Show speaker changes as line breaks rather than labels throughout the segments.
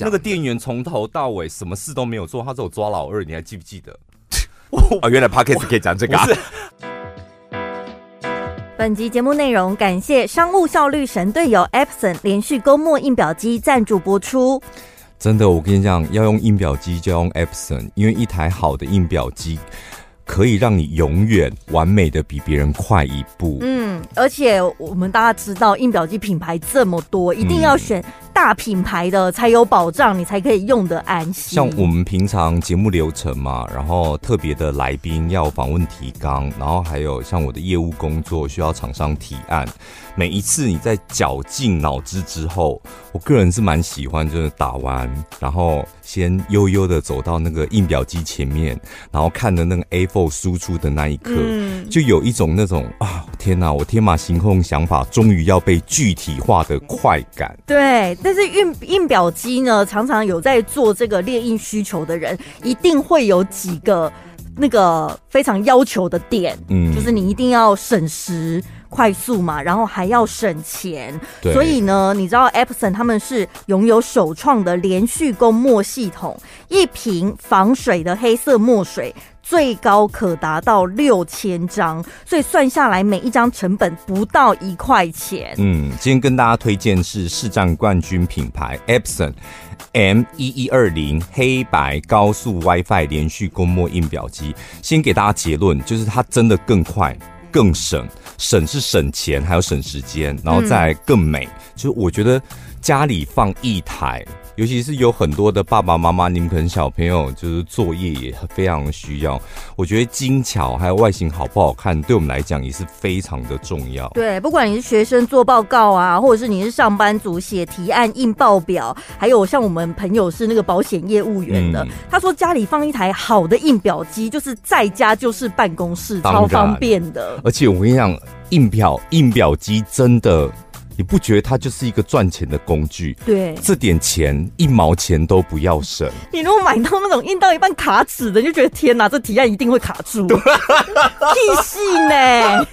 那个店员从头到尾什么事都没有做，他只有抓老二，你还记不记得？
哦，原来 podcast 可以讲这个、啊。
本集节目内容感谢商务效率神队友 Epson 连续勾墨印表机赞助播出。
真的，我跟你讲，要用印表机就要用 Epson，因为一台好的印表机可以让你永远完美的比别人快一步。
嗯，而且我们大家知道，印表机品牌这么多，一定要选大品牌的才有保障，你才可以用得安心。
像我们平常节目流程嘛，然后特别的来宾要访问提纲，然后还有像我的业务工作需要厂商提案，每一次你在绞尽脑汁之后，我个人是蛮喜欢，就是打完，然后先悠悠的走到那个印表机前面，然后看着那个 A4 输出的那一刻，
嗯
就有一种那种啊，天哪，我天马行空的想法终于要被具体化的快感。
对，但是印印表机呢，常常有在做这个列印需求的人，一定会有几个那个非常要求的点，
嗯
就是你一定要省时、快速嘛，然后还要省钱。
对
所以呢，你知道 Epson 他们是拥有首创的连续供墨系统，一瓶防水的黑色墨水。最高可达到六千张，所以算下来每一张成本不到一块钱。
嗯，今天跟大家推荐是市占冠军品牌 Epson M 一一二零黑白高速 WiFi 连续供墨印表机。先给大家结论，就是它真的更快、更省，省是省钱，还有省时间，然后再来更美。就是我觉得家里放一台。尤其是有很多的爸爸妈妈，你们可能小朋友就是作业也非常需要。我觉得精巧还有外形好不好看，对我们来讲也是非常的重要。
对，不管你是学生做报告啊，或者是你是上班族写提案、印报表，还有像我们朋友是那个保险业务员的，
嗯
他说家里放一台好的印表机，就是在家就是办公室，
当
超
然
方便的。
而且我跟你讲，印表印表机真的，你不觉得它就是一个赚钱的工具？
对
这点钱一毛钱都不要省，
你如果买到那种印到一半卡纸的，你就觉得天哪，这提案一定会卡住，屁戏呢？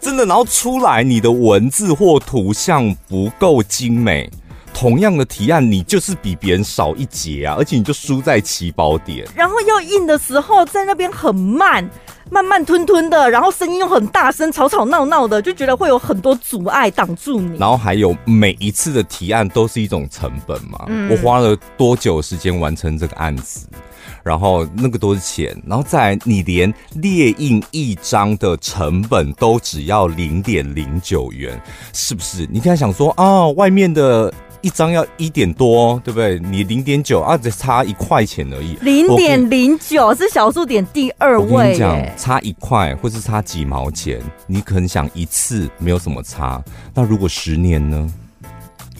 真的。然后出来你的文字或图像不够精美，同样的提案你就是比别人少一截啊，而且你就输在起跑点。
然后要印的时候在那边很慢，慢慢吞吞的，然后声音又很大声，吵吵闹闹的，就觉得会有很多阻碍挡住你。
然后还有每一次的提案都是一种成本嘛，
嗯
我花了多久时间完成这个案子，然后那个都是钱，然后再来你连列印一张的成本都只要零点零九元，是不是？你刚才想说啊、外面的一张要一点多，对不对？你零点九啊，只差一块钱而已，
零
我跟
点零九是小数点第二
我跟
位
你讲
耶，，
差一块或是差几毛钱，你可能想一次没有什么差。那如果十年呢？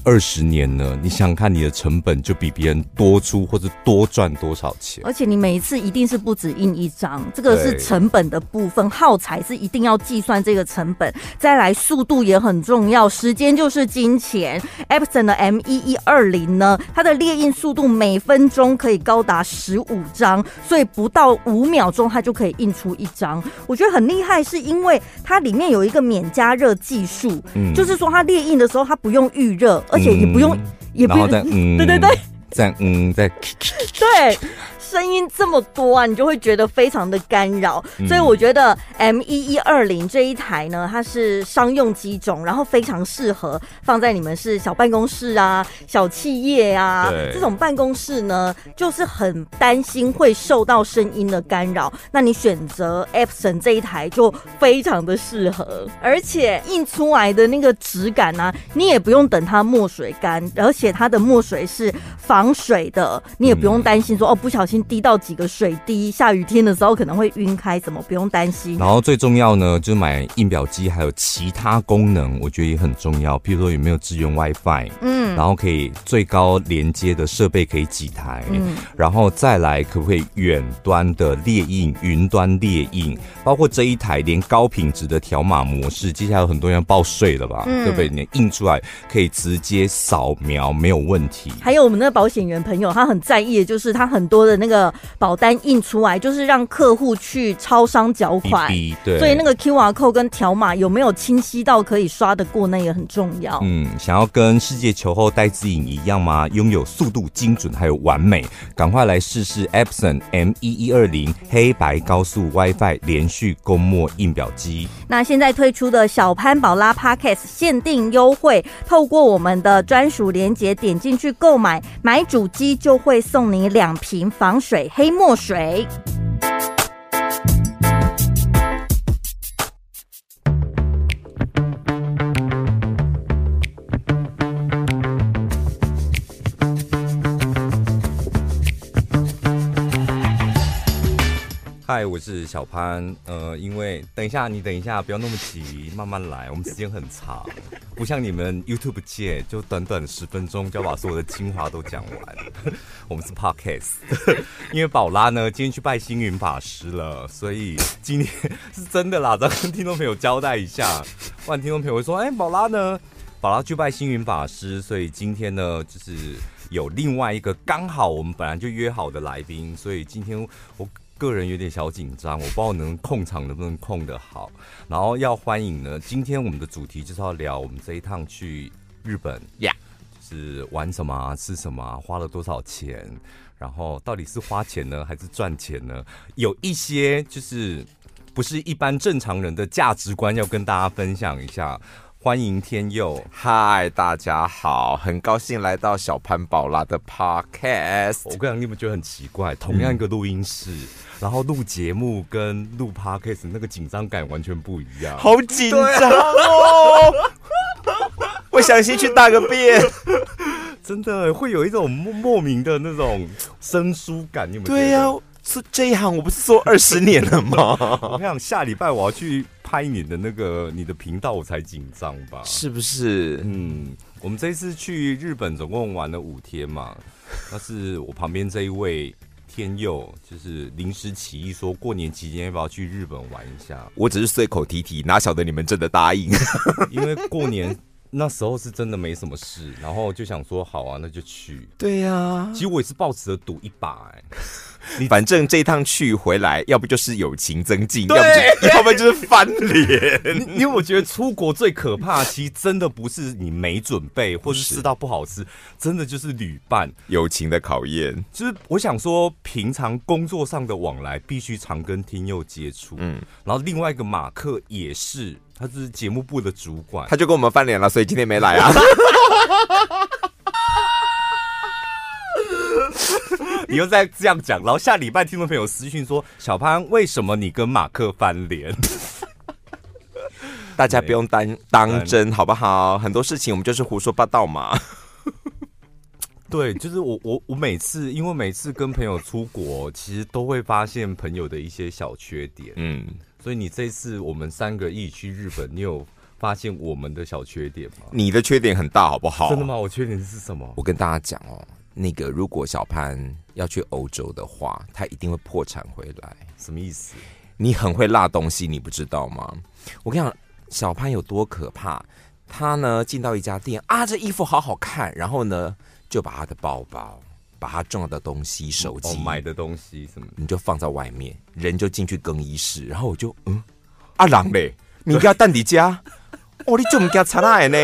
二十年呢？你想想看，你的成本就比别人多出或是多赚多少钱？
而且你每一次一定是不止印一张，这个是
对
成本的部分，耗材是一定要计算这个成本，再来速度也很重要，时间就是金钱。Epson 的 M 一一二零呢，它的列印速度每分钟可以高达十五张，所以不到五秒钟它就可以印出一张。我觉得很厉害，是因为它里面有一个免加热技术，
嗯
就是说它列印的时候它不用预热，而且也不用、
嗯
也不
然后
用
再嗯，
对对对，
再嗯，再
对，声音这么多啊，你就会觉得非常的干扰。所以我觉得 M 一一二零这一台呢，它是商用机种，然后非常适合放在你们是小办公室啊、小企业啊
对
这种办公室呢，就是很担心会受到声音的干扰。那你选择 Epson 这一台就非常的适合，而且印出来的那个质感啊，你也不用等它墨水干，而且它的墨水是防水的，你也不用担心说、哦不小心滴到几个水滴，下雨天的时候可能会晕开，怎么不用担心？
然后最重要呢，就是买印表机，还有其他功能，我觉得也很重要。譬如说有没有支援 WiFi，嗯，然后可以最高连接的设备可以几台，嗯，然后再来可不可以远端的列印、云端列印，包括这一台连高品质的条码模式，接下来有很多人要报税了吧，
嗯
对不对？你印出来可以直接扫描，没有问题。
还有我们那个保险员朋友，他很在意的就是他很多的那个保单印出来，就是让客户去超商缴款。
B，对，
所以那个 Q R code 跟条码有没有清晰到可以刷得过，那也很重要。
嗯，想要跟世界球后戴资颖一样吗？拥有速度、精准还有完美，赶快来试试 Epson M 一一二零黑白高速 WiFi 连续供墨印表机。
那现在推出的小潘宝拉 Podcast 限定优惠，透过我们的专属链接点进去购买，买主机就会送你两瓶防水黑墨水。
嗨，我是小潘。呃，因为等一下，你等一下，不要那么急，慢慢来，我们时间很长，不像你们 YouTube 界就短短十分钟就要把所有的精华都讲完。 我们是 Podcast，因 为宝拉呢今天去拜星云法师了，所以今天是真的啦，咱跟听众朋友交代一下，不然听众朋友会说，哎、宝拉呢？宝拉去拜星云法师，所以今天呢，就是有另外一个刚好我们本来就约好的来宾，所以今天我个人有点小紧张，我不知道能控场能不能控得好。然后要欢迎呢，今天我们的主题就是要聊我们这一趟去日本
呀
就是玩什么啊、吃什么啊、花了多少钱，然后到底是花钱呢还是赚钱呢？有一些就是不是一般正常人的价值观要跟大家分享一下。欢迎天佑，
嗨，大家好，很高兴来到小潘宝拉的 podcast
我。跟你讲，你们觉得很奇怪，同样一个录音室，然后录节目跟录 podcast 那个紧张感完全不一样。
好紧张哦！我想先去大个便。
真的会有一种莫莫名的那种生疏感，你们觉得
对呀、做这一行我不是做二十年了吗？
我想下礼拜我要去拍你的那个你的频道，我才紧张吧。
是不是？
嗯，我们这次去日本总共玩了五天嘛，但是我旁边这一位天佑就是临时起意说过年期间要不要去日本玩一下，
我只是随口提提，哪晓得你们真的答应？
因为过年那时候是真的没什么事，然后就想说好啊，那就去。
对呀、
其实我也是抱持着赌一把、哎，
反正这一趟去回来，要不就是友情增进，要不就要不就是翻脸。
因为我觉得出国最可怕的，其实真的不是你没准备，或是
是
吃到不好吃，真的就是旅伴。
友情的考验，
就是我想说，平常工作上的往来必须常跟天佑接触，嗯，然后另外一个马克也是，他是节目部的主管
他，就跟我们翻脸了，所以今天没来啊。
你又在这样讲，然后下礼拜听众朋友私讯说，小潘为什么你跟马克翻 脸？
大家不用当当真，好不好？很多事情我们就是胡说八道嘛。
对，就是我我我每次，因为每次跟朋友出国，其实都会发现朋友的一些小缺点，
嗯，
所以你这次我们三个一起去日本，你有发现我们的小缺点吗？
你的缺点很大，好不好？
真的？吗？哦我缺点是什么？
我跟大家讲哦，那个如果小潘要去欧洲的话，他一定会破产回来。
什么意思？
你很会辣东西，你不知道吗？我跟你讲，小潘有多可怕。他呢进到一家店啊，这衣服好好看，然后呢就把他的包包、把他重要的东西、手
哦
机、，
买的东西什么的？
你就放在外面，人就进去更衣室，然后我就嗯，阿郎 嘞，你给他蛋底家，哦，你就唔给他来 呢？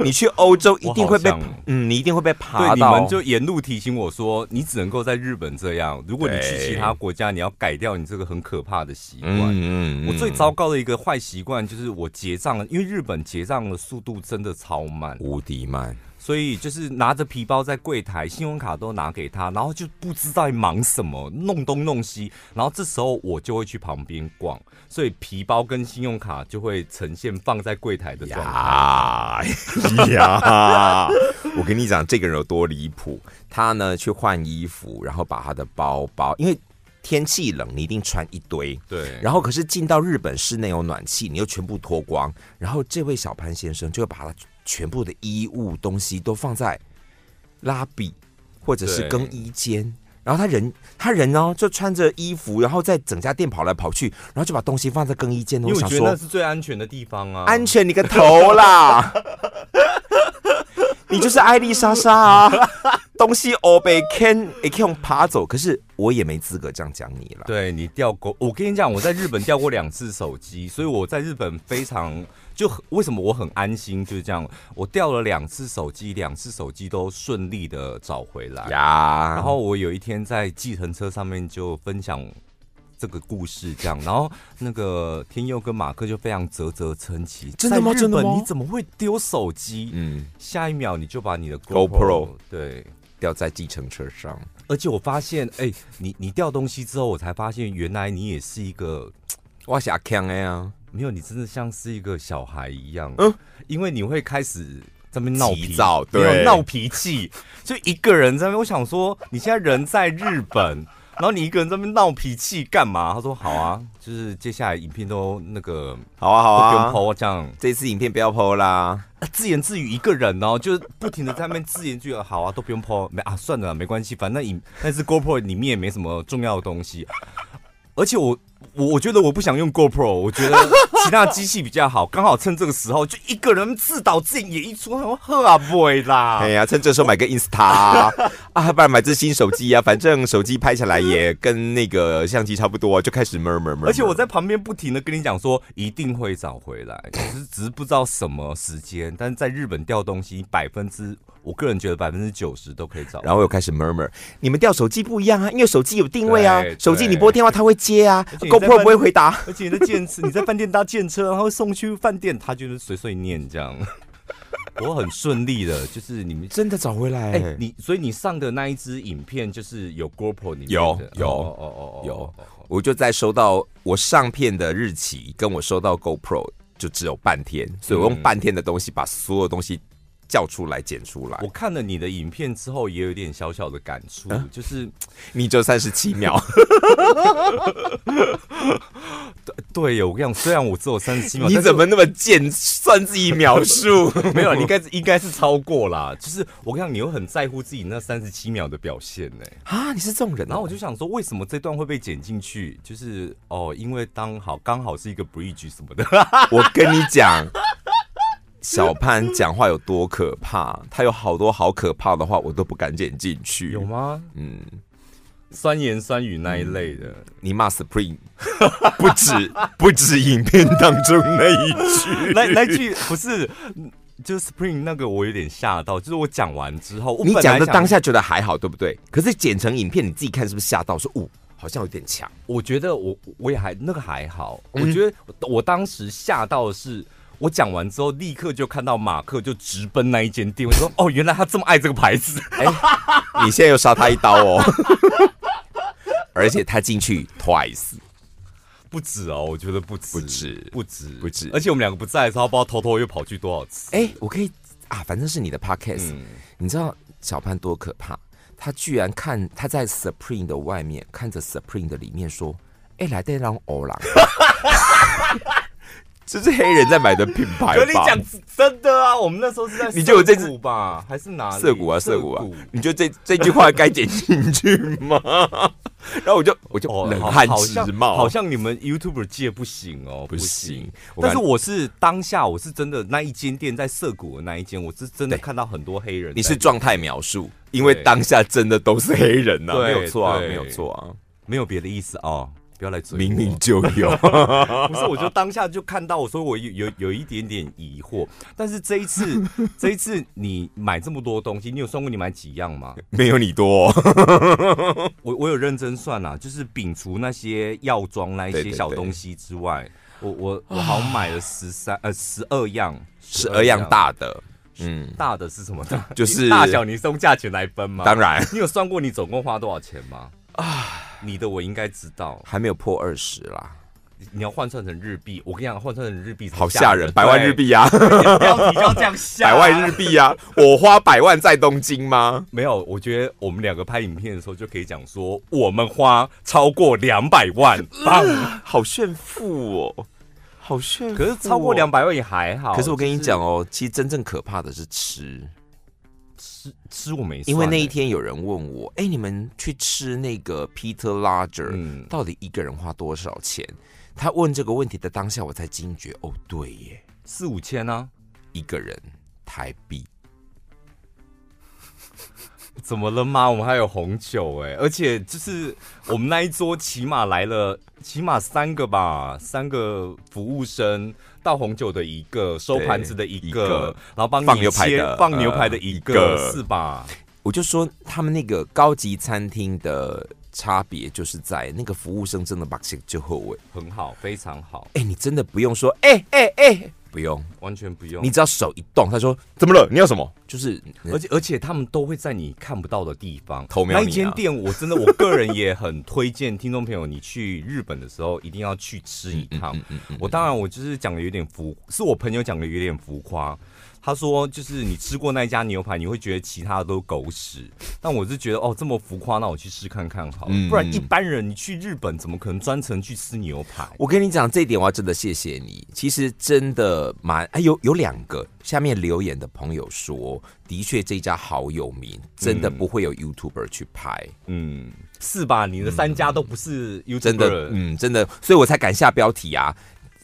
你去欧洲一定会被
我好像哦，
嗯，你一定会被
对，
爬
你
到
们。就沿路提醒我说，你只能够在日本这样。如果你去
对
其他国家，你要改掉你这个很可怕的习惯。
嗯
我最糟糕的一个坏习惯就是我结账了，因为日本结账的速度真的超慢，
无敌慢，
所以就是拿着皮包在柜台，信用卡都拿给他，然后就不知道在忙什么，弄东弄西，然后这时候我就会去旁边逛，所以皮包跟信用卡就会呈现放在柜台的状态。
呀 呀！我跟你讲，这个人有多离谱。他呢去换衣服，然后把他的包包，因为天气冷，你一定穿一堆。
对，
然后可是进到日本室内有暖气，你又全部脱光，然后这位小潘先生就会把他全部的衣物东西都放在拉比或者是
对
更衣间。然后他人，他人呢就穿着衣服，然后在整家店跑来跑去，然后就把东西放在更衣间。
因为
我
我
想
觉得
说
那，是最安全的地方啊。
安全你 个头啦！你就是艾丽莎莎啊！东西哦被 can 也可以用爬走，可是我也没资格这样讲你了。
对你掉过，我跟你讲，我在日本掉过两次手机，所以我在日本非常就很为什么我很安心，就是这样，我掉了两次手机，两次手机都顺利的找回来。
呀，
然后我有一天在计程车上面就分享这个故事，这样，然后那个天佑跟马克就非常啧啧称奇，
真的吗
在日
真的
本
吗
你怎么会丢手机？
嗯，
下一秒你就把你的
GoPro
对。
掉在计程车上，
而且我发现，哎、你你掉东西之后，我才发现原来你也是一个
我想看哎呀，
没有，你真的像是一个小孩一样，
嗯
嗯，因为你会开始在那边闹脾
急躁
没有
对
闹脾气， 就一个人在那边。我想说，你现在人在日本，然后你一个人在那边闹脾气干嘛？他说好啊，就是接下来影片都那个
好啊好
都不用
啊，
抛这样、
这次影片不要抛啦。
啊自言自语一个人哦，就是不停的在那边自言自语，好啊，都不用抛，没啊，算了，没关系，反正影但是 GoPro 里面也没什么重要的东西，而且我。我我觉得我不想用 GoPro，我觉得其他机器比较好。刚好趁这个时候，就一个人自导自演一出，我喝啊不会啦
哎。呀，趁这时候买个 Insta 啊， 啊不然买只新手机啊，反正手机拍起来也跟那个相机差不多、啊，就开始 murmur murmur。
而且我在旁边不停的跟你讲说，一定会找回来，只是只是不知道什么时间。但是在日本掉东西，百分之我个人觉得百分之九十都可以找回来。
然后又开始 murmur，你们掉手机不一样啊，因为手机有定位啊
对，对
手机你拨电话它会接啊
而且你在
，GoPro
办
不会回答。
而且你在建车，你在饭店搭建车，然后送去饭店，他就是碎碎念这样。 我很顺利的，就是你们。
真的找回来、
哎、你所以你上的那一支影片就是有 GoPro 里面的
有有
哦哦哦哦
有
哦哦
我就在收到我上片的日期跟我收到 GoPro 就只有半天，所以我用
嗯
半天的东西把所有东西叫出来剪出来
我，看了你的影片之后，也有点小小的感触，
嗯
就是
你就三十七秒，
对耶，我跟你讲，虽然我只有三十七秒，
你
但是
怎么那么贱，算自己秒数？
没有？你应该是应该是超过啦。就是我跟你讲，你又很在乎自己那三十七秒的表现呢。
啊，你是这种人、
然后我就想说，为什么这段会被剪进去？就是哦，因为当好刚好是一个 bridge 什么的。
我跟你讲，小潘讲话有多可怕，他有好多好可怕的话，我都不敢剪进去。
有？ 吗？
嗯，
酸言酸语那一类的，
你骂 Spring 不止不止影片当中那一句，
那那句不是，嗯就是 Spring 那个我有点吓到，就是我讲完之后，我
你
本来
讲的
想
当，下觉得还好，对不对？可是剪成影片，你自己看是不是吓到说，哦，好像有点强。
我觉得我我也还那个还好，
嗯
我觉得我当时吓到的是。我讲完之后，立刻就看到马克就直奔那一间店，我说：“哦，原来他这么爱这个牌子。
你现在又杀他一刀哦， 而且他进去 twice，”
不止哦，我觉得不止，
不止
不止，
不止
而且我们两个不在的时候，他不知道偷偷又跑去多少次。
哎、我可以啊，反正是你的 podcast，、
嗯
你知道小潘多可怕？他居然看他在 Supreme 的外面看着 Supreme 的里面说：“哎、来得让欧 郎。”这是黑人在买的品牌
可你
吧？
讲真的啊，我们那时候是在
你就有这只
涩谷吧，还是哪里
涩谷啊，涩谷啊，你觉得这这句话该剪进去吗？ 然后我就我就冷汗
好
直
像
冒，
好像你们 YouTuber 界不行哦，
不行。。我
但是
感
我是当下，我是真的那一间店在涩谷的那一间，我是真的看到很多黑人在。
你是状态描述，因为
对
当下真的都是黑人呐、没
对
有错啊，
对
没有错啊，
没有别的意思哦，不要来追我。
明明就有。
不是，我就当下就看到，所以我有有有一点点疑惑。但是这一 次，这一次你买这么多东西，你有算过你买几样吗？
没有你多、
我我有认真算啦，就是摒除那些药妆那一
对对
些
对啊
小东西之外，我我我好像买了十三呃十二样，
十二样大的，嗯，
大的是什么大？
就 是
大小你是用价钱来分吗？
当然
你有算过你总共花多少钱吗？啊，你的我应该知道，
还没有破二十啦，
你要换算成日币，我跟你讲，换算成日币才
好吓人，百万日，币呀、啊
对标题就要这样吓，
百万日币呀、我花百万在东京吗？
没有，我觉得我们两个拍影片的时候就可以讲说，我们花超过两百万镑，
好炫富哦，好炫富哦、
可是超过两百万也还好。
可是我跟你
就是
讲哦，其实真正可怕的是吃，
吃吃我没算欸，
因为那一天有人问我，哎、你们去吃那个 Peter Lodger，、
嗯
到底一个人花多少钱？他问这个问题的当下，我才惊觉，哦，对耶，
四五啊千呢、
一个人台币。
怎么了吗？我们还有红酒哎、而且就是我们那一桌起码来了起码三个吧，三个服务生，倒红酒的一个，收盘子的一个，
一个
然后帮你
放牛排
切
的
放牛排
呃
的一
一
个，
个
是吧？
我就说他们那个高级餐厅的差别就是在那个服务生真的把这就后位，
很好，非常好，
哎、你真的不用说，哎哎哎，不用，
完全不用
你。只要手一动，他说怎么了？你要什么？就是
而且而且他们都会在你看不到的地方
偷瞄你啊
那一间店我真的我个人也很推荐听众朋友，你去日本的时候一定要去吃一趟。
嗯
我当然我就是讲的有点浮，是我朋友讲的有点浮夸。他说就是你吃过那一家牛排，你会觉得其他的都狗屎。但我是觉得哦这么浮夸，那我去试看看好了。
嗯
不然一般人你去日本怎么可能专程去吃牛排？
我跟你讲这一点，我要真的谢谢你。其实真的蛮，哎，有有两个下面留言的朋友说，的确这一家好有名，真的不会有 YouTuber 去拍，
嗯，是吧？你的三家都不是 YouTuber，
真的，嗯，真的，所以我才敢下标题啊，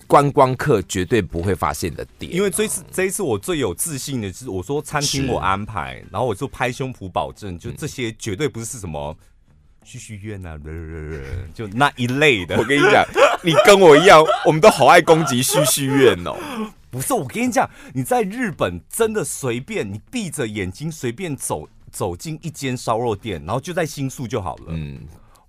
观光客绝对不会发现的点，
因为这次这一次我最有自信的是，我说餐厅
是
我安排，然后我就拍胸脯保证，
嗯
就这些绝对不是什么旭旭苑啊，就那一类的
我。跟你讲，你跟我一样，我们都好爱攻击旭旭苑哦。
不是，我跟你讲，你在日本真的随便，你闭着眼睛随便走走进一间烧肉店，然后就在新宿就好了。
嗯，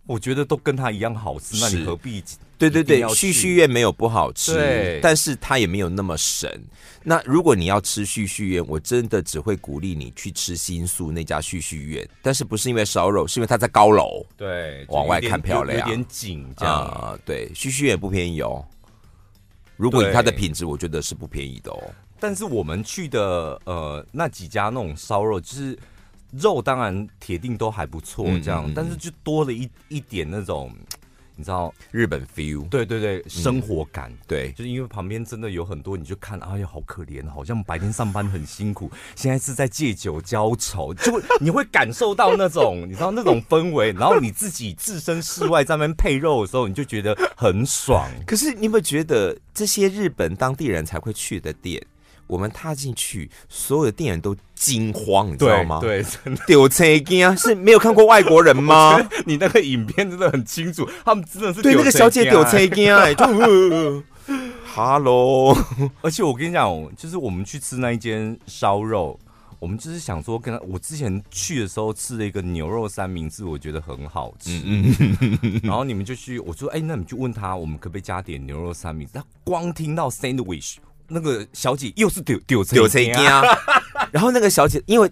我觉得都跟他一样好吃，那你
是
何必？
对对
一定
对
要，去
旭旭苑没有不好
对
吃，但是它也没有那么神。那如果你要吃旭旭苑，我真的只会鼓励你去吃新宿那家旭旭苑，但是不是因为烧肉，是因为它在高楼
对，
往外看漂亮
有点紧这样。
啊、对，旭旭苑不便宜哦。如果以
对
它的品质，我觉得是不便宜的哦。
但是我们去的呃那几家那种烧肉，就是肉当然铁定都还不错
嗯
这样，
嗯嗯
但是就多了一一点那种，你知道，
日本 feel，
对对对，生活感。
对，
就是因为旁边真的有很多，你就看，哎呀，好可怜，好像白天上班很辛苦，现在是在借酒浇愁，就你会感受到那种，你 知道那种氛围，然后你自己置身事外在那边配肉的时候，你就觉得很 爽。
可是你有没有觉得这些日本当地人才会去的店，我们踏进去，所有的店员都惊慌，你知道吗？
对，真的，
丢车惊啊，是没有看过外国人吗？
你那个影片真的很清楚，他们真的是
对，那个小姐
丢啊
丢车惊哎，就 Hello，
而且我跟你讲，哦就是我们去吃那一间烧肉，我们就是想说跟他，我之前去的时候吃了一个牛肉三明治，我觉得很好吃。
嗯
然后你们就去，我说哎、那你就问他，我们可不可以加点牛肉三明治？他光听到 sandwich，那个小姐又是丢丢丢
丢车惊啊。然后那个小姐，因为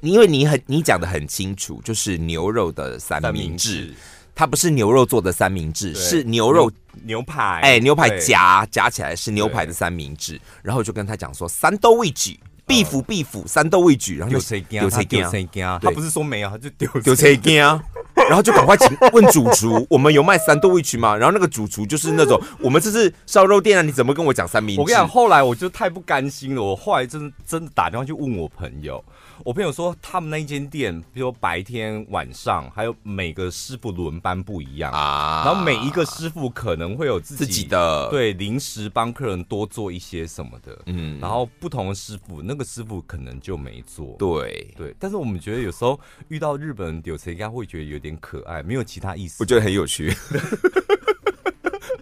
你因为你很你讲的很清楚，就是牛肉的三
三明
明治，
治、
它不是牛肉做的三明治，
对
是牛肉
牛排，
哎、牛排
对，
夹夹起来是牛排的三明治，然后我就跟他讲说三兜位举，必腐必腐，三兜位举，然
嗯
后
丢
就
谁干？
丢
他
车
丢
惊，
谁干？啊他
对
不是说没有，他就丢
丢车惊啊！然后就赶快请问主厨，我们有卖三兜位举吗？然后那个主厨就是那种，我们这是烧肉店啊，你怎么跟我讲三明治？
我跟你讲，后来我就太不甘心了，我后来真的真的打电话去问我朋友，我朋友说他们那一间店，比如白天、晚上，还有每个师傅轮班不一样，
啊
然后每一个师傅可能会有自己
自己的
对临时帮客人多做一些什么的，
嗯
然后不同的师傅，那个师傅可能就没做。
对，
对，但是我们觉得有时候遇到日本有谁应该会觉得有点可爱，没有其他意思。
我觉得很有趣，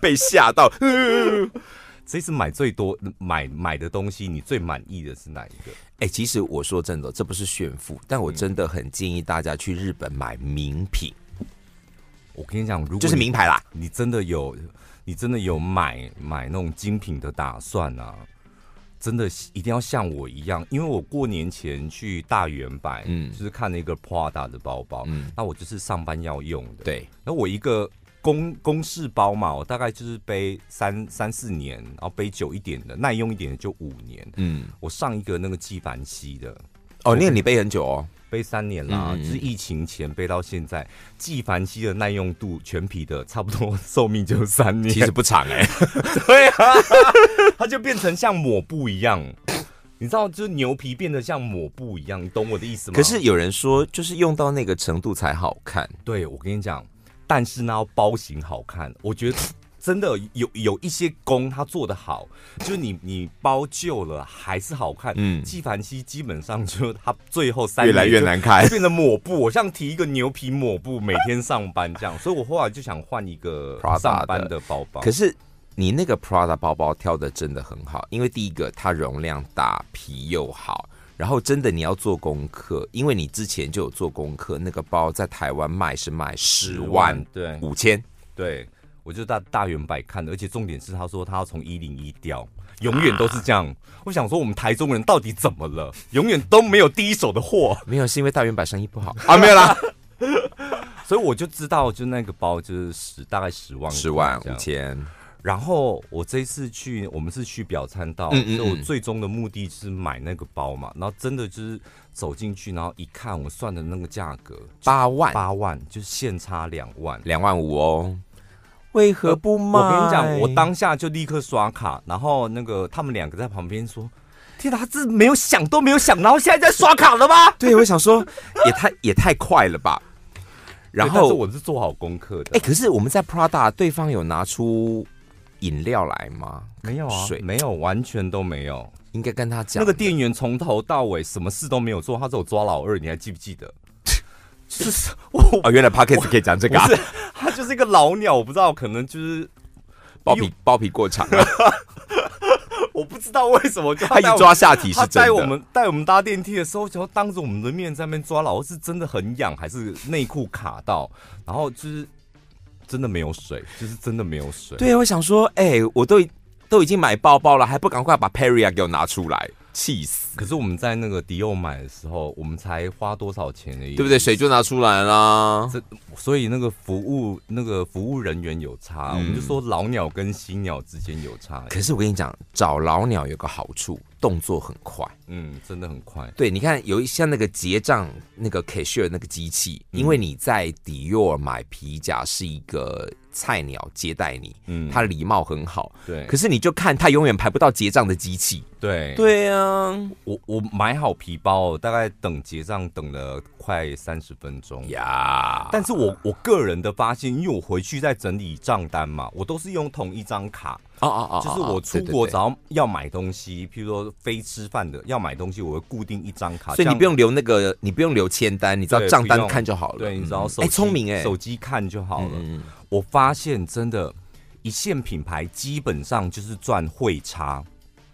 被吓到，
这次买最多买买的东西，你最满意的是哪一个？
哎、其实我说真的，这不是炫富，但我真的很建议大家去日本买名品，
我跟你讲，如果
就是
你
名牌啦。
你真的有，你真的有买买那种精品的打算啊？真的一定要像我一样，因为我过年前去大圆百，嗯，
嗯
就是看了一个 Prada 的包包，嗯
嗯，
那我就是上班要用的。，
对，
然后我一个公公事包嘛，我大概就是背三三四年，然后背久一点的，耐用一点的就五年。
嗯，
我上一个那个纪梵希的，
哦，那个你背很 久哦，
背三年啦，
嗯嗯嗯
就是疫情前背到现在，纪梵希的耐用度全皮的差不多寿命就三年，
其实不长 哎、
对啊，它就变成像抹布一样，你知道，就是牛皮变得像抹布一样，你懂我的意思吗？
可是有人说，就是用到那个程度才好看。
对我跟你讲，但是呢，要包型好看，我觉得真的有有一些工他做的好，就是你你包旧了还是好看。
嗯
嗯，纪凡希基本上就是他最后三
越来
年
越
就
难看
变成抹布。我像提一个牛皮抹布，每天上班这样，所以我后来就想换一个
Prada
上班的包包。
可是你那个 Prada 包包挑的真的很好，因为第一个它容量大，皮又好。然后真的你要做功课，因为你之前就有做功课，那个包在台湾卖是卖十万
对
五千，
对，我就大大圆摆看的，而且重点是他说他要从一零一掉，永远都是这样。我想说我们台中人到底怎么了？永远都没有第一手的 货，
没有是因为大圆板生意不好啊，没有啦，
所以我就知道，就那个包就是十大概十万
十万
这
五
样。
千，
然后我这一次去，我们是去表参道，
嗯嗯嗯
所以我最终的目的是买那个包嘛。然后真的就是走进去，然后一看我算的那个价格，
八万
八万，就是现差两万。
两万五哦，为何不卖？
我跟你讲，我当下就立刻刷卡，然后那个他们两个在旁边说：“天哪，他这没有想都没有想，然后现在在刷卡了 吗
对我想说也太也太快了吧，？”然
对但是
后
我是做好功课的，
哎、可是我们在 Prada 对方有拿出饮料来吗？
没有啊
水，
没有，完全都没有。
应该跟他讲
那个店员从头到尾什么事都没有做，他只有抓老二，你还记不记 得？就是 我
哦，原来 Pockets 可以讲这个、啊
不，是他就是一个老鸟，我不知道，可能就是
包皮包皮过长、啊，
我不知道为什么就
他一
带我
抓下体 是
他
真
带
的。
我们带我们搭电梯的时候，然后当着我们的面在那边抓老，是真的很痒，还是内裤卡到？然后就是真的没有水，就是真的没有水。
对，我想说，哎、我都已都已经买包包了，还不赶快把 Perrier 给我拿出来，气死，
可是我们在那个迪奥买的时候，我们才花多少钱而已，
对不对？水就拿出来啦。
这所以那个服务那个服务人员有差，
嗯
我们就说老鸟跟新鸟之间有差。
可是我跟你讲，找老鸟有个好处，动作很快。
嗯，真的很快。
对，你看有一像那个结账那个 cashier 那个机器，因
嗯
为你在迪奥买皮夹是一个菜鸟接待你，
嗯，
他礼貌很好，
对，
可是你就看他永远排不到结账的机器。
对
对啊，
我我买好皮包，大概等结账等了快三十分钟。
呀，
但是我我个人的发现，因为我回去在整理账单嘛，我都是用同一张卡，
哦哦哦，
就是我出国只要要买东西，譬如说非吃饭的要买东西，我会固定一张卡，
所以
这
你
样
不用留那个，你不用留签单，你只要
对
账
不
单
用
看就好了。
对，你只
嗯
要手
哎，
机
聪明哎，
手机看就好了。
嗯嗯
我发现真的，一线品牌基本上就是赚汇差，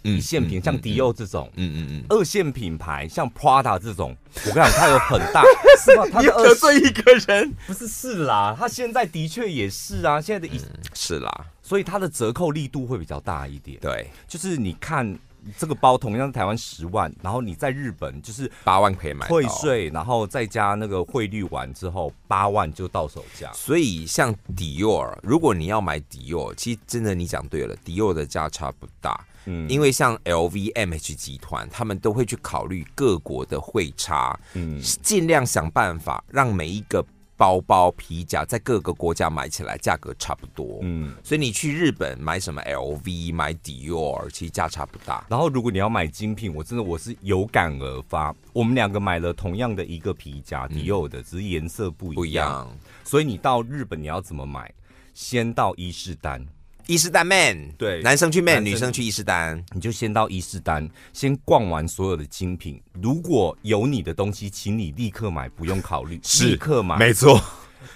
嗯
一线品像迪，奥这种。
嗯嗯嗯嗯嗯嗯，
二线品牌像 Prada 这种，我跟你讲，它有很 大，是吧？它的二线
一个人
不是是啦，它现在的确也是啊，现在
嗯
的一
是啦，
所以它的折扣力度会比较大一点。
对，
就是你看这个包同样是台湾十万，然后你在日本就是
八万可以买到
退，税，然后再加那个汇率完之后，八万就到手价。
所以像迪奥，如果你要买迪奥，其实真的你讲对了，迪奥的价差不大，
嗯
因为像 LVMH 集团，他们都会去考虑各国的汇差，
嗯，
尽量想办法让每一个包包、皮夹在各个国家买起来价格差不多。
嗯。
所以你去日本买什么 LV、买 Dior，其实价差不大。
然后如果你要买精品，我真的我是有感而发，我们两个买了同样的一个皮夹，迪奥的，只是颜色不一
不一样，
所以你到日本你要怎么买？先到伊势丹，
伊势丹 man
对
男生去 man，
男生
女生去伊势丹。
你就先到伊势丹，先逛完所有的精品。如果有你的东西，请你立刻买，不用考虑，
是
立刻买。
错，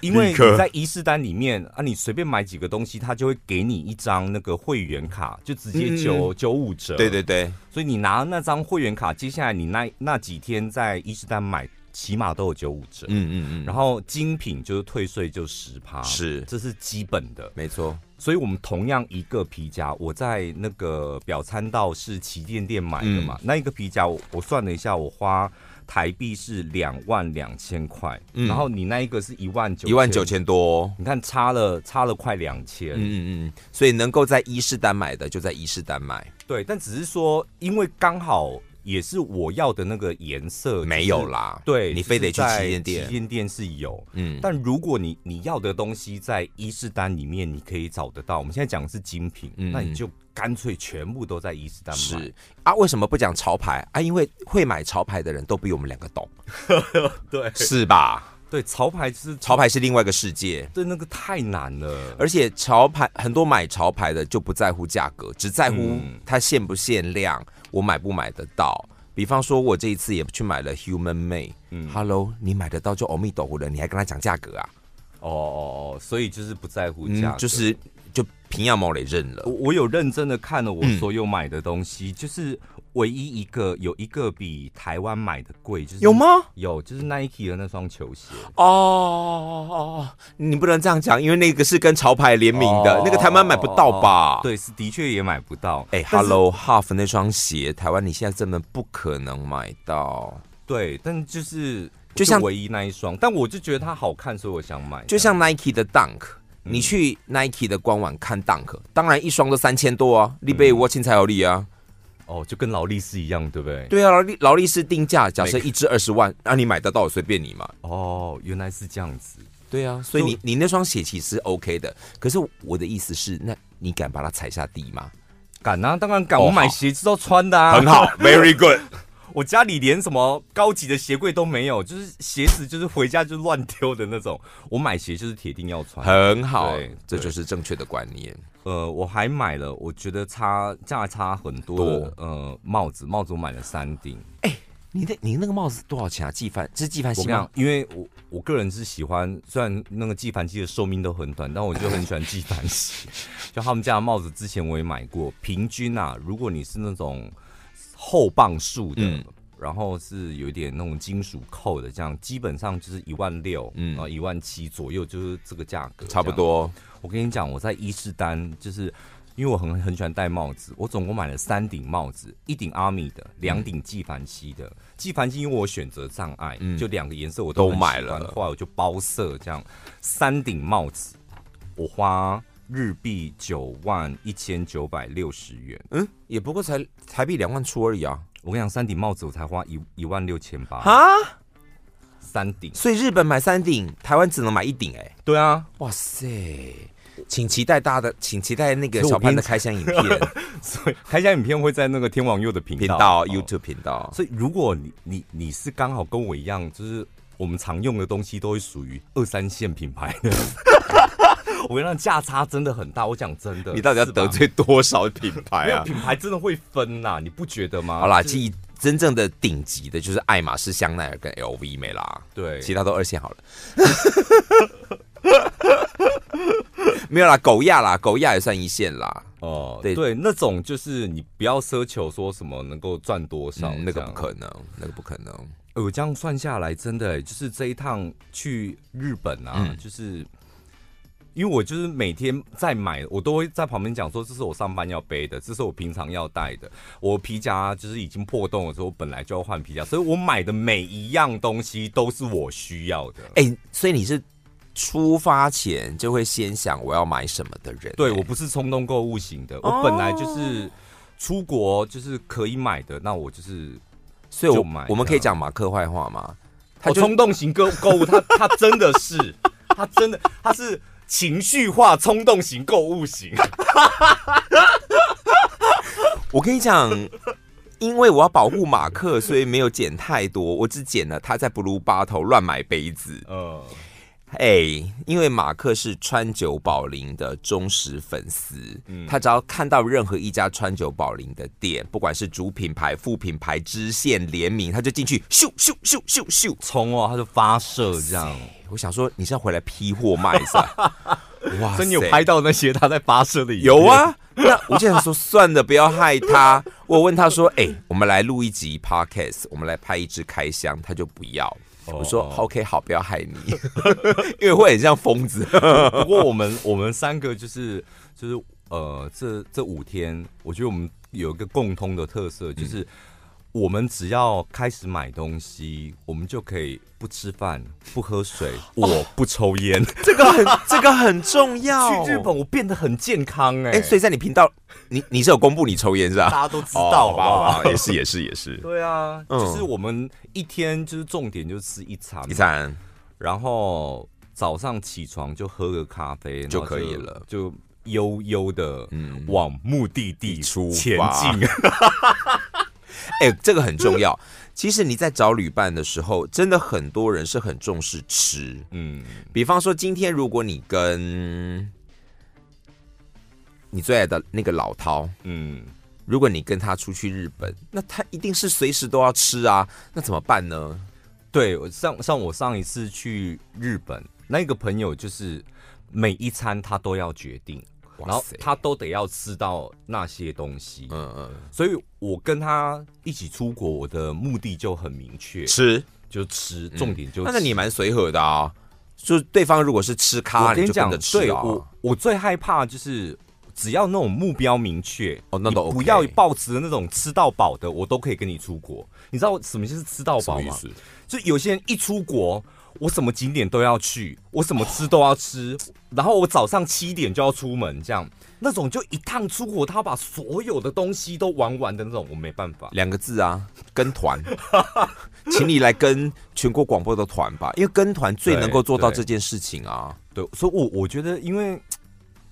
因为
立刻
你在伊势丹里面啊，你随便买几个东西，他就会给你一张那个会员卡，就直接九九五折。
嗯对，对对，
所以你拿那张会员卡，接下来你那那几天在伊势丹买，起码都有九五折。
嗯嗯
然后精品就是退税就十趴，
是
这是基本的。
没错，
所以我们同样一个皮夹，我在那个表参道是旗舰店买的
嗯
嘛，那一个皮夹我我算了一下，我花台币是两万两千块，
嗯
然后你那一个是一万九
一万九，千多。哦
你看差了差了快两千、
嗯嗯嗯，所以能够在伊势丹买的就在伊势丹买，
对，但只是说因为刚好也是我要的那个颜色
没有
了，
啦。
对，
你非得去
就是在
旗舰店
旗舰店是有。
嗯，
但如果你你要的东西在伊势丹里面，你可以找得到。我们现在讲的是精品，
嗯
那你就干脆全部都在伊势丹买。
是啊，为什么不讲潮牌啊？因为会买潮牌的人都比我们两个懂，
对
是吧？
对，潮牌就是
潮，牌是另外一个世界。
对那个太难了，
而且潮牌很多买潮牌的就不在乎价格，只在乎
嗯
它限不限量，我买不买得到。比方说，我这一次也去买了 Human Made，
嗯
h e l l o 你买得到就阿弥陀佛了，你还跟他讲价格啊？
哦哦哦，所以就是不在乎价、
嗯，就是就平阳毛得认了
我。我有认真的看了我所有买的东西，
嗯
就是唯一一个有一个比台湾买的贵，就是
有吗？
有，就是 Nike 的那双球鞋，
哦哦哦，你不能这样讲，因为那个是跟潮牌联名的，
哦
那个台湾买不到吧？。
对，是的确也买不到。
啊哎、
但
h
是
e l l o Half 那双鞋，台湾你现在真的不可能买到。
对，但就是
就像
唯一那一双，但我就觉得它好看，所以我想买。
就像 Nike 的 Dunk，你去 Nike 的官网看 Dunk，当然一双都三千多啊，你被我青才有利啊。
哦，就跟劳力士一样，对不对？
对啊，劳力劳力士定价假设一只二十万，那、你买得到随便你嘛。
哦，原来是这样子。
对啊，所以
就
你你那双鞋其实 OK 的，可是我的意思是，那你敢把它踩下地吗？
敢啊，当然敢，
哦
我买鞋子都穿的啊，
很好，Very good。
我家里连什么高级的鞋柜都没有，就是鞋子就是回家就乱丢的那种。我买鞋就是铁定要穿。
很好
对，
这
对
就是正确的观念。
呃，我还买了，我觉得差价差很多的。呃，帽子，帽子我买了三顶。
你那你那个帽子多少钱啊？纪梵是纪梵
我
希
跟你
吗
讲？，因为我我个人是喜欢，虽然那个纪梵希的寿命都很短，但我就很喜欢纪梵希。 就他们家的帽子，之前我也买过。平均啊，如果你是那种厚磅数的，
嗯
然后是有一点那种金属扣的，这样基本上就是一万六，
嗯
嗯，然后一万七左右，就是这个价格，
差不。多。
我跟你讲，我在伊势丹就是。因为我很很喜欢戴帽子，我总共买了三顶帽子，一顶阿米的，两顶纪梵希的。纪梵希因为我选择障碍，
嗯
就两个颜色我
都
很
买
喜欢
了
后来我就包色这样，三顶帽子，我花日币九万一千九百六十元。
嗯，也不过才台币两万出而已啊。
我跟你讲，三顶帽子我才花一一万六千八，
啊，
三顶。
所以日本买三顶，台湾只能买一顶，哎，
对啊，
哇塞！请期待大家的，请期待那个
所以
小
我
潘
跟
的
你
开箱影片
所以开箱影片会在那个天王佑的频
频
道
道、
哦
YouTube 频道。
所以，如果你你你是刚好跟我一样，就是我们常用的东西都会属于二三线品牌的， 我跟你讲，价差真的很大。我讲真的，
你到底要
是吧
得？罪多少品啊牌
没有
啊？
品牌真的会分呐、你不觉得吗？
好啦，
就是
记真正的顶级的就是爱马仕、香奈儿跟 LV 没啦。
对，
其他都二线好了。 没有啦，狗亚啦，狗亚也算一线啦，
哦、
对
对那种就是你不要奢求说什么能够赚多少、
嗯，那个
这样
不可能，那个不可能。
哎我这样算下来，真的、就是这一趟去日本啊，
嗯
就是因为我就是每天在买，我都会在旁边讲说，这是我上班要背的，这是我平常要带的。我皮夹就是已经破洞了，所以我本来就要换皮夹，所以我买的每一样东西都是我需要的。
哎、所以你是出发前就会先想我要买什么的人、
对
哎
我不是冲动购物型
哦
的，我本来就是出国就是可以买的，那我就是
所以我
就买啊
我们可以讲马克坏话吗？
他
他就
冲动型购购物， 他他真的是，他真的他是情绪化冲动型购物型。
我跟你讲，因为我要保护马克，所以没有捡太多，我只捡了他在 Blue 八头乱买杯子。
呃，
哎、因为马克是川久保玲的忠实粉丝，
嗯
他只要看到任何一家川久保玲的店，不管是主品牌、副品牌、支线联名，他就进去咻咻咻咻咻。
冲哦，他就发射这样。
我想说，你是要回来批货卖是 吧？哇
所以你有拍到那些他在发射的？
有，啊，那我就想说，算了，不要害他。我问他说：“哎、我们来录一集 podcast，我们来拍一支开箱。”他就不要。
哦
我说
哦
：“OK，好，不要害你， 因为会很像疯子。
不过我们我们三个就是就是呃，这这五天，我觉得我们有一个共通的特色，就是我们只要开始买东西，我们就可以不吃饭、不喝水，我不抽烟。去
这个很这个很重要。
日本，我变得很健康哎、
哎、所以在你频道，你你是有公布你抽烟是吧？
大家都知道好
哦
不好
好吧也是也是也是。
对啊，
嗯
就是我们一天就是重点就吃一餐嘛，
一餐
然后早上起床就喝个咖啡然后
就可以了
就悠悠的
嗯
往目的地
出
前
发
进。
哎、这个很重要。其实你在找旅伴的时候，真的很多人是很重视吃。
嗯，
比方说，今天如果你跟你最爱的那个老饕，
嗯，
如果你跟他出去日本，那他一定是随时都要吃啊，那怎么办呢？
对，我上像我上一次去日本，那个朋友就是每一餐他都要决定，然
哇
后
塞，
他都得要吃到那些东西，
嗯嗯，
所以我跟他一起出国，我的目的就很明确，
吃，
就吃，重点就吃。
嗯那你蛮随和的啊。就对方如果是吃咖，
我跟
你
你
就
讲
跟着，吃
对
啊。
我我最害怕就是。只要那种目标明确，
哦那都
你
OK
不要抱持那种吃到饱的，我都可以跟你出国。你知道什么就是吃到
什
饱
么意
吗？
思？
就有些人一出国，我什么景点都要去，我什么吃都要吃，然后我早上七点就要出门，这样那种就一趟出国，他把所有的东西都玩完的那种，我没办法。
两个字啊，跟 团，请你来跟全国广播的团吧，因为跟团最能够做到
对对
这件事情啊。
对，所以我我觉得，因为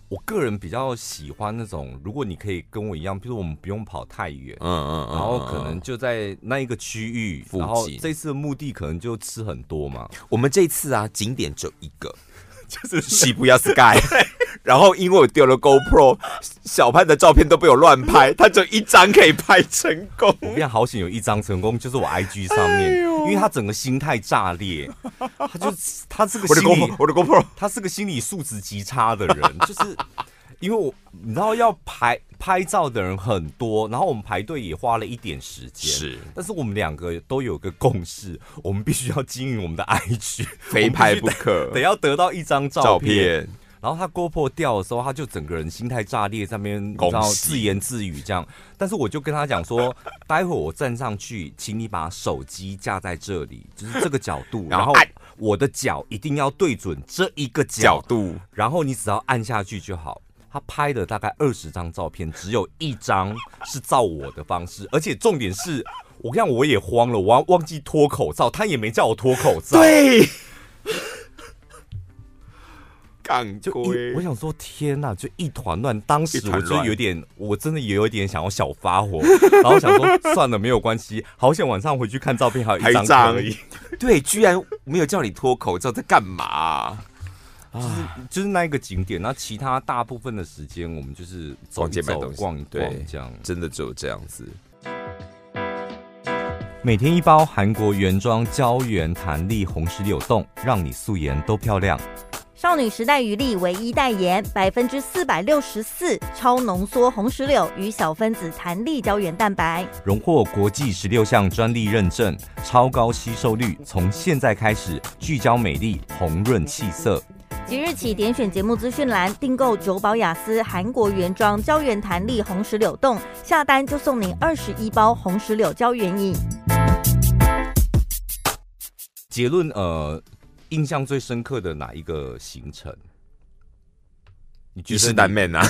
我个人比较喜欢那种，如果你可以跟我一样，比如我们不用跑太远。
嗯嗯嗯，
然后可
嗯
能就在那一个区域，
附
然后
近
这次的目的可能就吃很多嘛，
我们这次啊，景点只有一个，就是西部亚 Sky。然后因为我丢了 GoPro，小潘的照片都被我乱 拍，他只有一张可以拍成功。
我跟你讲，好险有一张成功，就是我 IG 上
哎
面，因为他整个心态炸裂，他就他这个
我的
心理
GoPro，，我的 GoPro，
他是个心理素质极差的人， 就是因为我你知道要排拍照的人很多，然后我们排队也花了一点时间，，但是我们两个都有个共识，我们必须要经营我们的 IG，
非拍不
我们必须得得
可。
要得到一张
照
照片。
片，
然后他 GoPro 掉的时候，他就整个人心态炸裂，在那边
恭喜
然后自言自语这样。但是我就跟他讲说， 待会我站上去，请你把手机架在这里，就是这个角度，
然
然后
后按
我的脚一定要对准这一个角
角度，
然后你只要按下去就好。他拍了大概二十张照片，只有一张是照我的方式，而且重点是，我看我也慌了，我忘忘记脱口罩，他也没叫我脱口罩。，
对， 干
就一我
龟，
想说，天呐，就一团乱。当时
一团
我就
乱
有点，我真的也有点想要小发火， 然后想说算了，没有关系，好想晚上回去看照片，还有
还
一
有
张
一张
可以，
对，居然没有叫你脱口罩，在干嘛啊？
就是那一个景点。那其他大部分的时间，我们就是走
逛
一
街买
走
东、西
逛一
对
逛这样。
真的只有这样子。
每天一包韩国原装胶原弹力红石榴冻，让你素颜都漂亮。
少女时代与力唯一代言，百分之四百六十四超浓缩红石榴与小分子弹力胶原蛋白。
荣获国际十六项专利认证，超高吸收率，从现在开始聚焦美丽，红润气色。
即日起点选节目资讯栏订购九宝雅思韩国原装胶原弹力红石榴冻，下单就送您二十一包红石榴胶原饮。
结论呃，印象最深刻的哪一个行程？你觉
一
得
世
你
难免啊！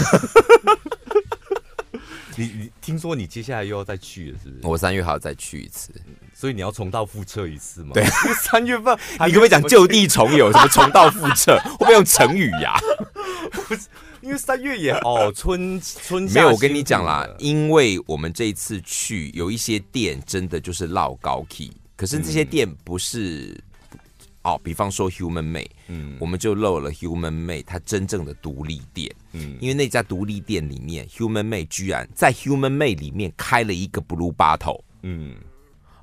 你你听说你接下来又要再去了，是不是？
我三月还要再去一次。
所以你要重蹈覆辙一次吗？
对，
三月份
你可不可以讲就地重 游？什么重蹈覆辙？会不会用成语啊 呀、
因为三月也哦，春春夏
没有，我
辛
跟你
苦
讲啦
了，
因为我们这一次去有一些店真的就是落高 key，可是这些店不是、哦，比方说 Human Made，
嗯
我们就漏了 Human Made 它真正的独立店，
嗯
因为那家独立店里面 Human Made 居然在 Human Made 里面开了一个 Blue Bottle，
嗯，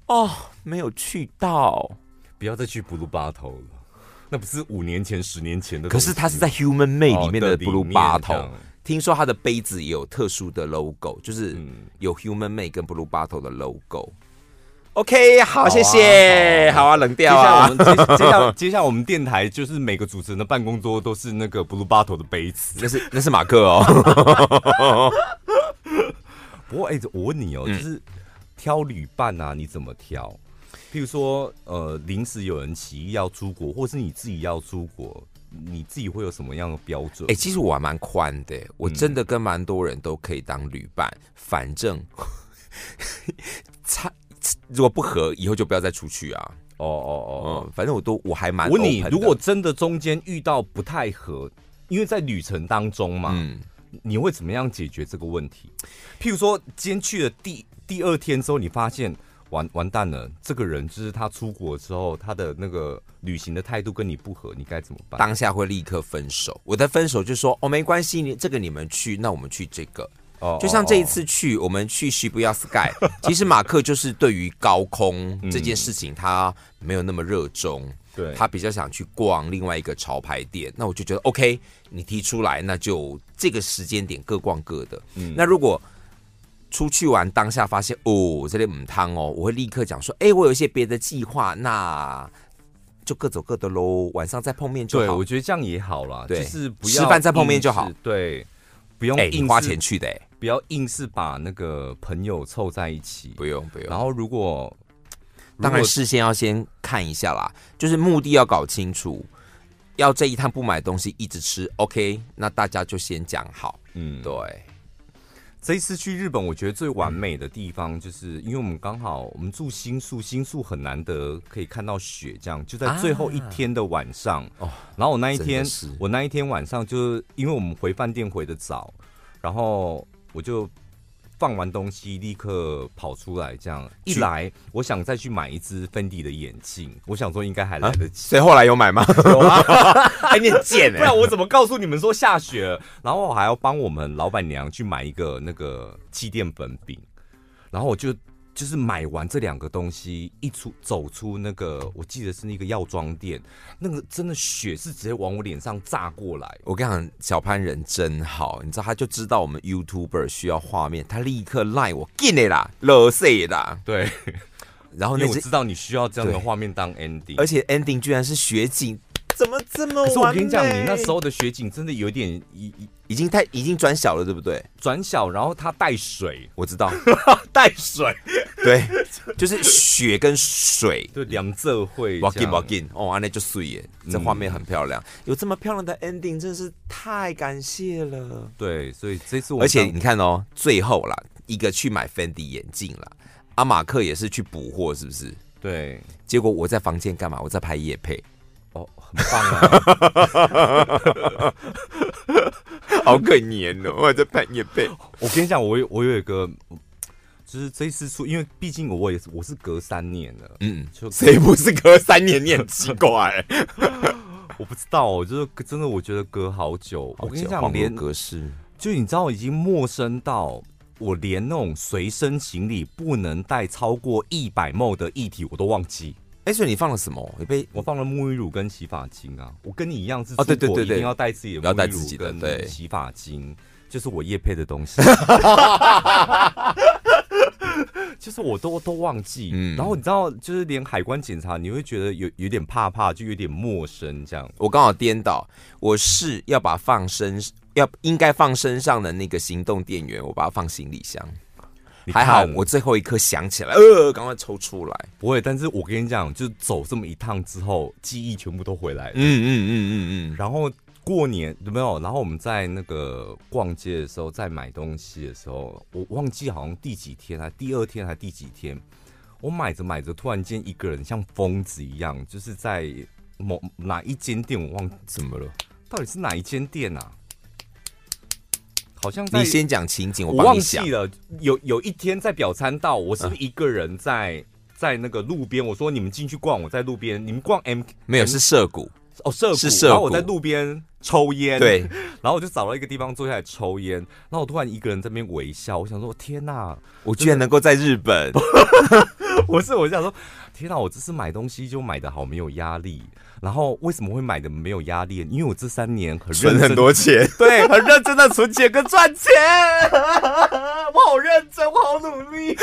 哦，没有去到，
不要再去 Blue Bottle 了，那不是五年前、十年前的
可
东西。
是它是在 Human Made
哦
里面的
的
Blue
里面
Bottle
这样。
听说它的杯子也有特殊的 logo，就是
嗯
有 Human Made 跟 Blue Bottle 的 logo。OK，好，
啊
谢谢，
好
好啊，冷
接
掉
下来我
啊。
们接接下来接下来我们电台就是每个主持人的办公桌都是那个 Blue Bottle 的杯子。
那是那是马克哦，
不过哎、我问你哦，
嗯
就是挑旅伴啊，你怎么挑？譬如说，呃，临时有人起意要出国，或是你自己要出国，你自己会有什么样的标准？
哎、其实我还蛮宽的，欸
嗯
我真的跟蛮多人都可以当旅伴，反正差如果不合，以后就不要再出去啊。
哦哦
嗯，反正我都我还蛮
我问你
open，的
如果真的中间遇到不太合，因为在旅程当中嘛，
嗯，
你会怎么样解决这个问题？譬如说，今天去了第第二天之后，你发现完完蛋了，这个人就是他出国之后，他的那个旅行的态度跟你不合，你该怎么办？
当下会立刻分手。我的分手就说哦，没关系，你这个你们去，那我们去这个。
哦
就像这一，次去，我们去 Shibuya Sky，其实马克就是对于高空
嗯
这件事情他没有那么热衷，
对
他比较想去逛另外一个潮牌店。那我就觉得 OK，你提出来，那就这个时间点各逛各的。
嗯
那如果出去玩当下发现哦，这里母汤哦，我会立刻讲说，哎、我有一些别的计划，那就各走各的喽，晚上再碰面就
对，
好。
我觉得这样也好啦，就
对
是不
吃
要
饭再碰面
硬
就好
是对，不用
哎、
硬
你花
是
钱，去的、哎
不要硬是把那个朋友凑在一起。
不用不用。
然后如果
当然
如果
事先要先看一下啦，就是目的要搞清楚。要这一趟不买东西，一直吃，OK？那大家就先讲好，
嗯，
对，
这一次去日本，我觉得最完美
嗯
的地方，就是因为我们刚好我们住新宿，新宿很难得可以看到雪，这样就在最后一天的晚上。
哦
然后我那一天
真的是，
我那一天晚上就是因为我们回饭店回的早，然后我就放完东西立刻跑出来，这样一
去
来我想再去买一只芬迪的眼镜，我想说应该还
啊
来得及。
所以后来有买吗？有啊，哎，你很贱
不
哎、
然我怎么告诉你们说下雪 了？然后我还要帮我们老板娘去买一个那个气垫粉饼，然后我就就是买完这两个东西，一出走出那个，我记得是那个药妆店，那个真的雪是直接往我脸上炸过来。
我跟你讲，小潘人真好，你知道他就知道我们 YouTuber 需要画面，他立刻赖我进来啦，乐死啦。
对，
然后
因
那
为我
只，
知道你需要这样的
对
画面当 ending，
而。且 ending 居然是雪景，怎么这么
可是我
完美？
跟你讲，你那时候的雪景真的有点一一
已经太已经转小了，对不对？
转小，然后它带水，
我知道，
带水，
对， 就是雪跟水。
对，两侧会这样。嗯
walk in walk in，哦，安内就碎耶，这画面很漂亮，有这么漂亮的 ending，真是太感谢了。
对，所以这次我
而
们
且
当
你看哦，最后啦，一个去买 Fendi 眼镜啦，阿马克也是去补货，是不是？
对
结果我在房间干嘛？我在拍夜配，
哦，很棒啊！
好可怜哦！我在拍夜配，
我跟你讲，我有我有一个，就是这一次出，因为毕竟我也是我是隔三年了，
嗯，
就
谁不是隔三年？你很奇怪，
我不知道，我就是真的，我觉得隔好久。 我跟你 讲，连
格式，
就你知道，已经陌生到我连那种随身行李不能带超过一百 ml 的液体我都忘记。
哎，所以你放了什么？你被
我放了沐浴乳跟洗发精啊，我跟你一样是
哦对
出国
对对对
一定要带自己的
要带
沐浴
自己
乳
的
跟
对
洗发精，就是我夜配的东 西，就是我都都忘记。
嗯
然后你知道，就是连海关检查，你会觉得有有点怕怕，就有点陌生这样。
我刚好颠倒，我是要把放身要应该放身上的那个行动电源，我把它放行李箱。
你
还好
看
我最后一刻想起来，呃，赶快抽出来。
不会，但是我跟你讲，就是走这么一趟之后，记忆全部都回来了。
嗯嗯嗯嗯嗯，
然后过年没有，然后我们在那个逛街的时候，在买东西的时候，我忘记好像第几天还第二天还第几天，我买着买着，突然间一个人像疯子一样，就是在某哪一间店，我忘
怎么了？
到底是哪一间店啊？好像在
你先讲情景，我
我
帮
忘
你想
记。了，有有一天在表参道，我是不是一个人在、在那个路边，我说你们进去逛，我在路边，你们逛 M
没有是涉谷，
哦社谷，
是涩谷
然后我在路边抽烟，
对，
然后我就找到一个地方坐下来抽烟，然后我突然一个人在那边微笑，我想说天哪、
我居然能够在日本，
我是我想说天哪、我这次买东西就买的好没有压力，然后为什么会买的没有压力？因为我这三年很认
存
真
很，多钱。
对，很认真的存钱跟赚钱， 我好认真，我好努力，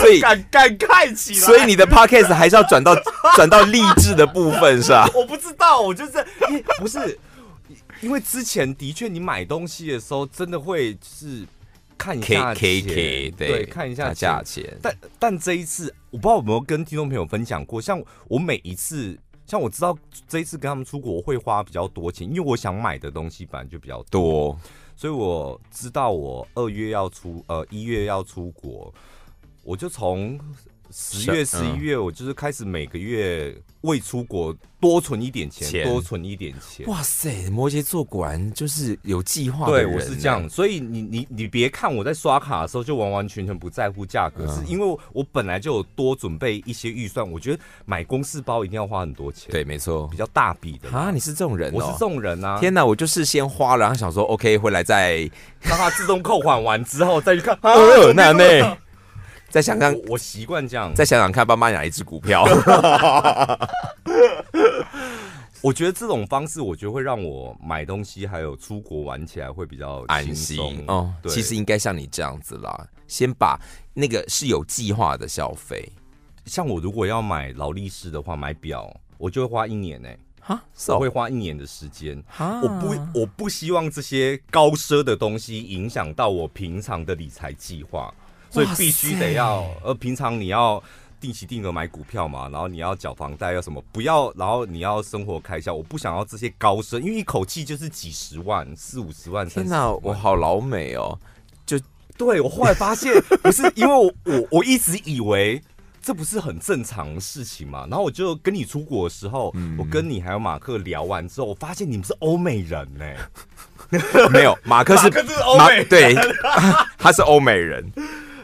所 以，
感感慨起来。
所以你的 podcast 还是要转到 转到励志的部分 是吧？
我不知道，我就是因为不是因为之前的确你买东西的时候真的会就是看一
K
下
K
钱
K，
对，看一下
价
价
钱。
但但这一次，我不知道有没有跟听众朋友分享过，像我每一次，像我知道这一次跟他们出国会花比较多钱，因为我想买的东西本来就比较多，
多，
所以我知道我二月要出，呃，一月要出国，我就从十月、十
是嗯
一月，我就是开始每个月为出国多存一点钱，
钱
多存一点钱。
哇塞，摩羯座果然就是有计划的
对，
人呢。
我是这样，所以你你你别看我在刷卡的时候就完完全全不在乎价
嗯
格，是因为我本来就有多准备一些预算。我觉得买公事包一定要花很多钱，，
对，没错
比。较大笔的。
啊，你是这种人、哦，
我是这种人啊，
天哪，我就是先花了，然后想说 OK 回来再
让它自动扣款完之后再去看，啊，
呃
我
那妹， 再想想，
我习惯这样。
再想想看，爸妈哪一只股 票？
我觉得这种方式，我觉得会让我买东西还有出国玩起来会比较
安
轻
心
松
哦。
对，
其实应该像你这样子啦，先把那个是有计划的消费
像我如果要买劳力士的话，买表我就会花一年呢、
哈，
我
手
会花一年的时间。
哈
我不，我不希望这些高奢的东西影响到我平常的理财计划，所以
哇
必须
塞
得要，呃，平常你要定期定额买股票嘛，然后你要缴房贷，要什么，不要，然后你要生活开销，我不想要这些高奢，因为一口气就是几十万、四五十万、
天
哪，
哪，我好老美哦。
对我后来发现，不是因为我我我一直以为这不是很正常的事情嘛。然后我就跟你出国的时候，我跟你还有马克聊完之后，我发现你们是欧美人呢、
没有，马克是
马克是欧 美人
对， 他是欧美人。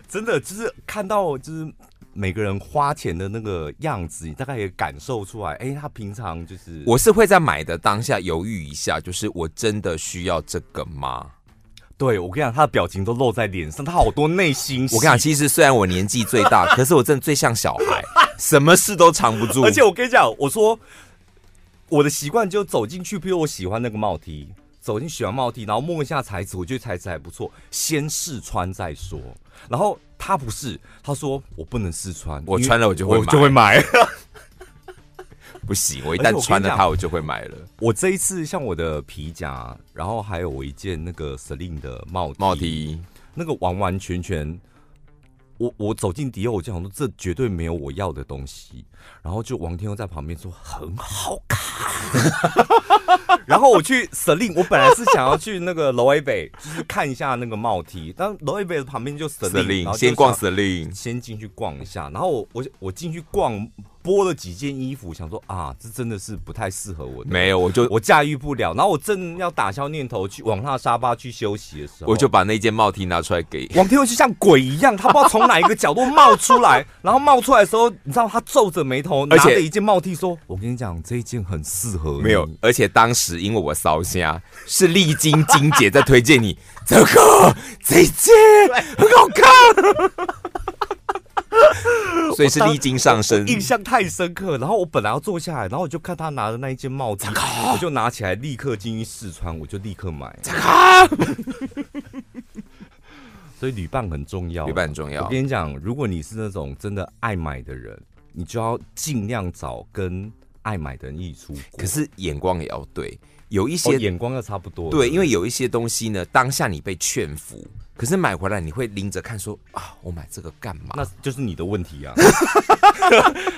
真的就是看到就是每个人花钱的那个样子，你大概也感受出来。哎、他平常就是
我是会在买的当下犹豫一下，就是我真的需要这个吗？
对我跟你讲，他的表情都露在脸上，他好多内心戏。
我跟你讲，其实虽然我年纪最 大，可是我真的最像小孩，什么事都藏不住。
而且我跟你讲，我说我的习惯就走进去，比如我喜欢那个帽 T，走进去喜欢帽 T，然后摸一下材质，我觉得材质还不错，先试穿再说。然后他不是，他说我不能试穿，
我
因为
穿了我就会
我
买
就会 买。
不行，我一
而且我
旦
跟
穿了
你
它，
讲
我就会买了。
我这一次像我的皮夹，然后还有我一件那个 Celine 的帽 T,
帽 T
那个完完全全，我我走进迪奥，我就想说这绝对没有我要的东西，然后就王天佑在旁边说很好看， 然后我去 Celine，我本来是想要去那个楼 A 北，就是看一下那个帽 T，但楼 A 北的旁边就
司
Celine，然
令，
后就
先逛
想
司令。
先进去逛一下，然后我我我进去逛，拨了几件衣服，想说啊，这真的是不太适合我的。
没有，我就
我驾驭不了，然后我正要打消念头去往他的沙发去休息的时候，
我就把那件帽 T 拿出来给。
王天佑就像鬼一样，他不知道从哪一个角度冒出来，然后冒出来的时候，你知道他皱着眉头，
而
拿
且
着一件帽 T 说：“我跟你讲，这一件很适合你。”
没有，而且当时因为我烧虾，是丽晶晶姐在推荐你这 个这一件很好看，所以是丽晶上身。
印象太深刻。然后我本来要坐下来，然后我就看他拿的那一件帽子，我就拿起来立刻进去试穿，我就立刻买。 所以旅伴很重要，
旅伴很重要
我跟你讲，如果你是那种真的爱买的人，你就要尽量找跟爱买的人一起出国。
可是眼光也要对，有一
哦
些
眼光要差不多，
对，因
为
为有一些东西呢，当下你被劝服，可是买回来你会拎着看说啊，我买这个干嘛？
那就是你的问题啊！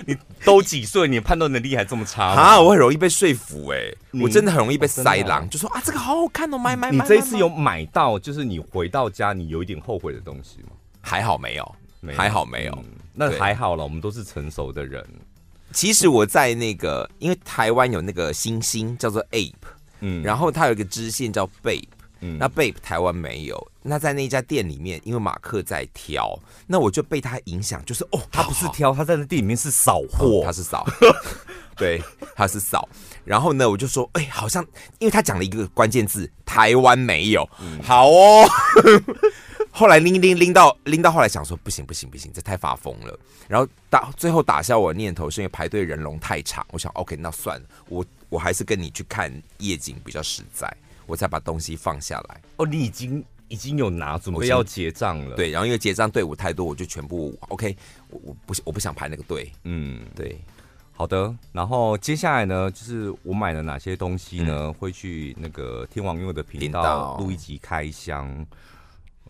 你都几岁，你判断能力还这么差吗
啊，我很容易被说服哎、我真的很容易被
哦真的哦
塞狼，就说啊，这个好好看哦，买买
你
买。
这一次
买
有买到，就是你回到家你有一点后悔的东西吗？
还好没有？
没有
还好没有。
嗯那
对
还好了，我们都是成熟的人。
其实我在那个，因为台湾有那个星星叫做 Ape，
嗯
然后它有一个支线叫 Bape，
嗯
那 Bape 台湾没有。那在那一家店里面，因为马克在挑，那我就被他影响，就是哦，
他不是
好好
挑，他在那店里面是扫
哦
货
他。是嫂， 对，他是嫂。然后呢，我就说，哎、好像因为他讲了一个关键字，台湾没有，好哦。 后来拎拎拎到拎到后来想说，不行不行不行，这太发疯了。然后打最后打消我的念头，是因为排队人龙太长。我想，OK，那算了，我我还是跟你去看夜景比较实在，我再把东西放下来。
哦，你已经已经有拿准
我
备
先
要结账了。，
对，然后因为结账队伍太多，我就全部 OK，我我不我不想排那个队。
嗯，
对，
好的。然后接下来呢，就是我买了哪些东西呢？会去那个天王佑的嗯频
频
道
道
录一集开箱。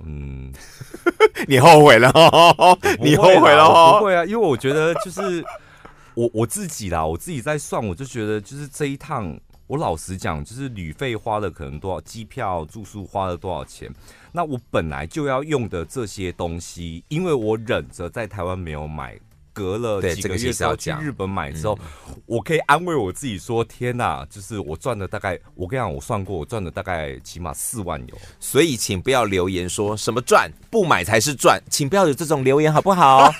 嗯，
你后悔 了、哦，你后悔了、
我
哦
不。会啊，因为我觉得就是我 我自己啦，我自己在算，我就觉得就是这一趟，我老实讲，就是旅费花了可能多少，机票、住宿花了多少钱。那我本来就要用的这些东西，因为我忍着在台湾没有买，隔了
对
几
这
个
个
月
其实
之
要
后去
讲嗯
日本买之后，我可以安慰我自己说：天哪，就是我赚了大概，我跟你讲，我算过，我赚了大概起码四万有。
所以请不要留言说什么赚不买才是赚，请不要有这种留言好不 好？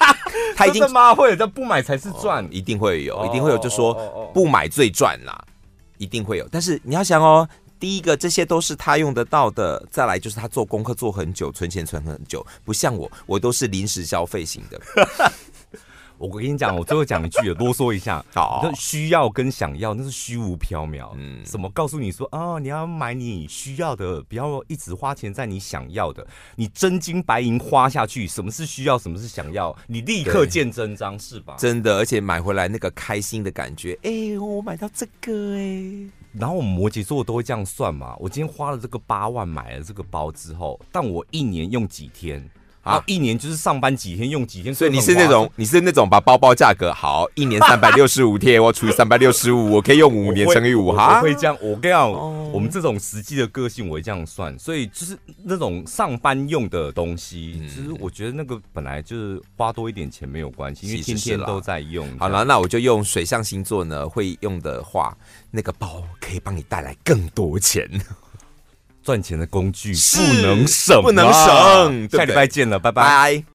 他已经
真的吗？会有人不买才是赚。
一定会有，
哦
一定会有，就
哦哦哦
说不买最赚啦，一定会有。但是你要想哦，第一个这些都是他用得到的，再来就是他做功课做很久，存钱存很久，不像我，我都是临时消费型的。
我跟你讲，我最后讲一句， 啰嗦一下。
好
那需要跟想要那是虚无缥缈。
嗯
嗯，什么告诉你说哦，你要买你需要的，不要一直花钱在你想要的。你真金白银花下去，什么是需要，什么是想要，你立刻
对
见真章，是吧？
真的，而且买回来那个开心的感觉，哎、我买到这个哎、
然后我们摩羯座都会这样算嘛。我今天花了这个八万买了这个包之后，但我一年用几天
啊
啊？一年就是上班几天用几天，
所以你是
很划
那种你是那种把包包价格好，一年三百六十五天，我除以三百六十五，我可以用五年乘以五
我会
哈
我。会这样。我跟你讲，
哦
我们这种实际的个性，我会这样算。所以就是那种上班用的东西，
嗯
其实我觉得那个本来就是花多一点钱没有关系，因为
其
天
实是啦
天都在用。
好了，，那我就用水象星座呢会用的话，那个包可以帮你带来更多钱。
赚钱的工具
是
不能省啊，
不能省
下
对不对
礼拜见了，拜拜。
拜。